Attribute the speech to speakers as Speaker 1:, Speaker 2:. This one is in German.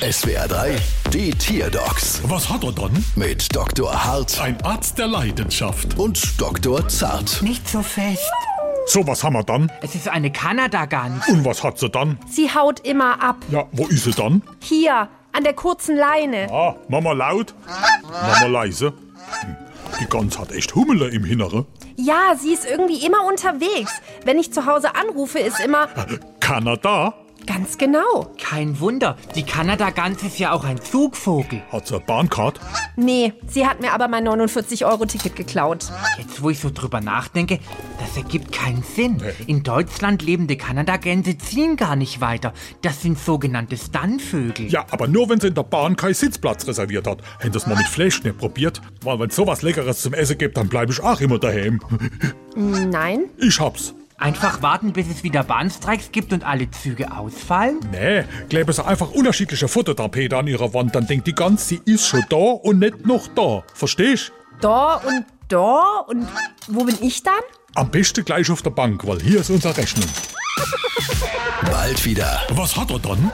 Speaker 1: SWR 3, die Tierdocs
Speaker 2: Was hat er dann?
Speaker 1: mit Dr. Hart
Speaker 2: Ein Arzt der Leidenschaft.
Speaker 1: und Dr. Zart.
Speaker 3: Nicht so fest.
Speaker 2: So, was haben wir dann?
Speaker 3: Es ist eine Kanadagans.
Speaker 2: Und was hat sie dann?
Speaker 4: Sie haut immer ab.
Speaker 2: Ja, wo ist sie dann?
Speaker 4: Hier, an der kurzen Leine.
Speaker 2: Ah, Mama laut, Mama leise. Hm, Die Gans hat echt Hummel im Innere.
Speaker 4: Ja, sie ist irgendwie immer unterwegs. Wenn ich zu Hause anrufe, ist immer
Speaker 2: Kanada
Speaker 4: ganz genau.
Speaker 3: Kein Wunder, die Kanadagans ist ja auch ein Zugvogel.
Speaker 2: hat sie eine Bahncard.
Speaker 4: Nee, sie hat mir aber mein 49-Euro-Ticket geklaut.
Speaker 3: Jetzt, wo ich so drüber nachdenke, das ergibt keinen Sinn. In Deutschland lebende Kanadagänse ziehen gar nicht weiter. Das sind sogenannte Stunnvögel.
Speaker 2: Ja, aber nur wenn sie in der Bahn keinen Sitzplatz reserviert hat. Hätte es mal mit Fleischknepp probiert. Weil wenn sowas Leckeres zum Essen gibt, dann bleibe ich auch immer daheim.
Speaker 4: Nein?
Speaker 2: Ich hab's.
Speaker 3: Einfach warten, bis es wieder Bahnstreiks gibt und alle Züge ausfallen?
Speaker 2: Nee, kleben sie einfach unterschiedliche Futtertapete an ihrer Wand, dann denkt die Gans, sie ist schon da und nicht noch da. Verstehst?
Speaker 4: Da und da und wo bin ich dann?
Speaker 2: Am besten gleich auf der Bank, weil hier ist unsere Rechnung.
Speaker 1: Bald wieder.
Speaker 2: Was hat er dann?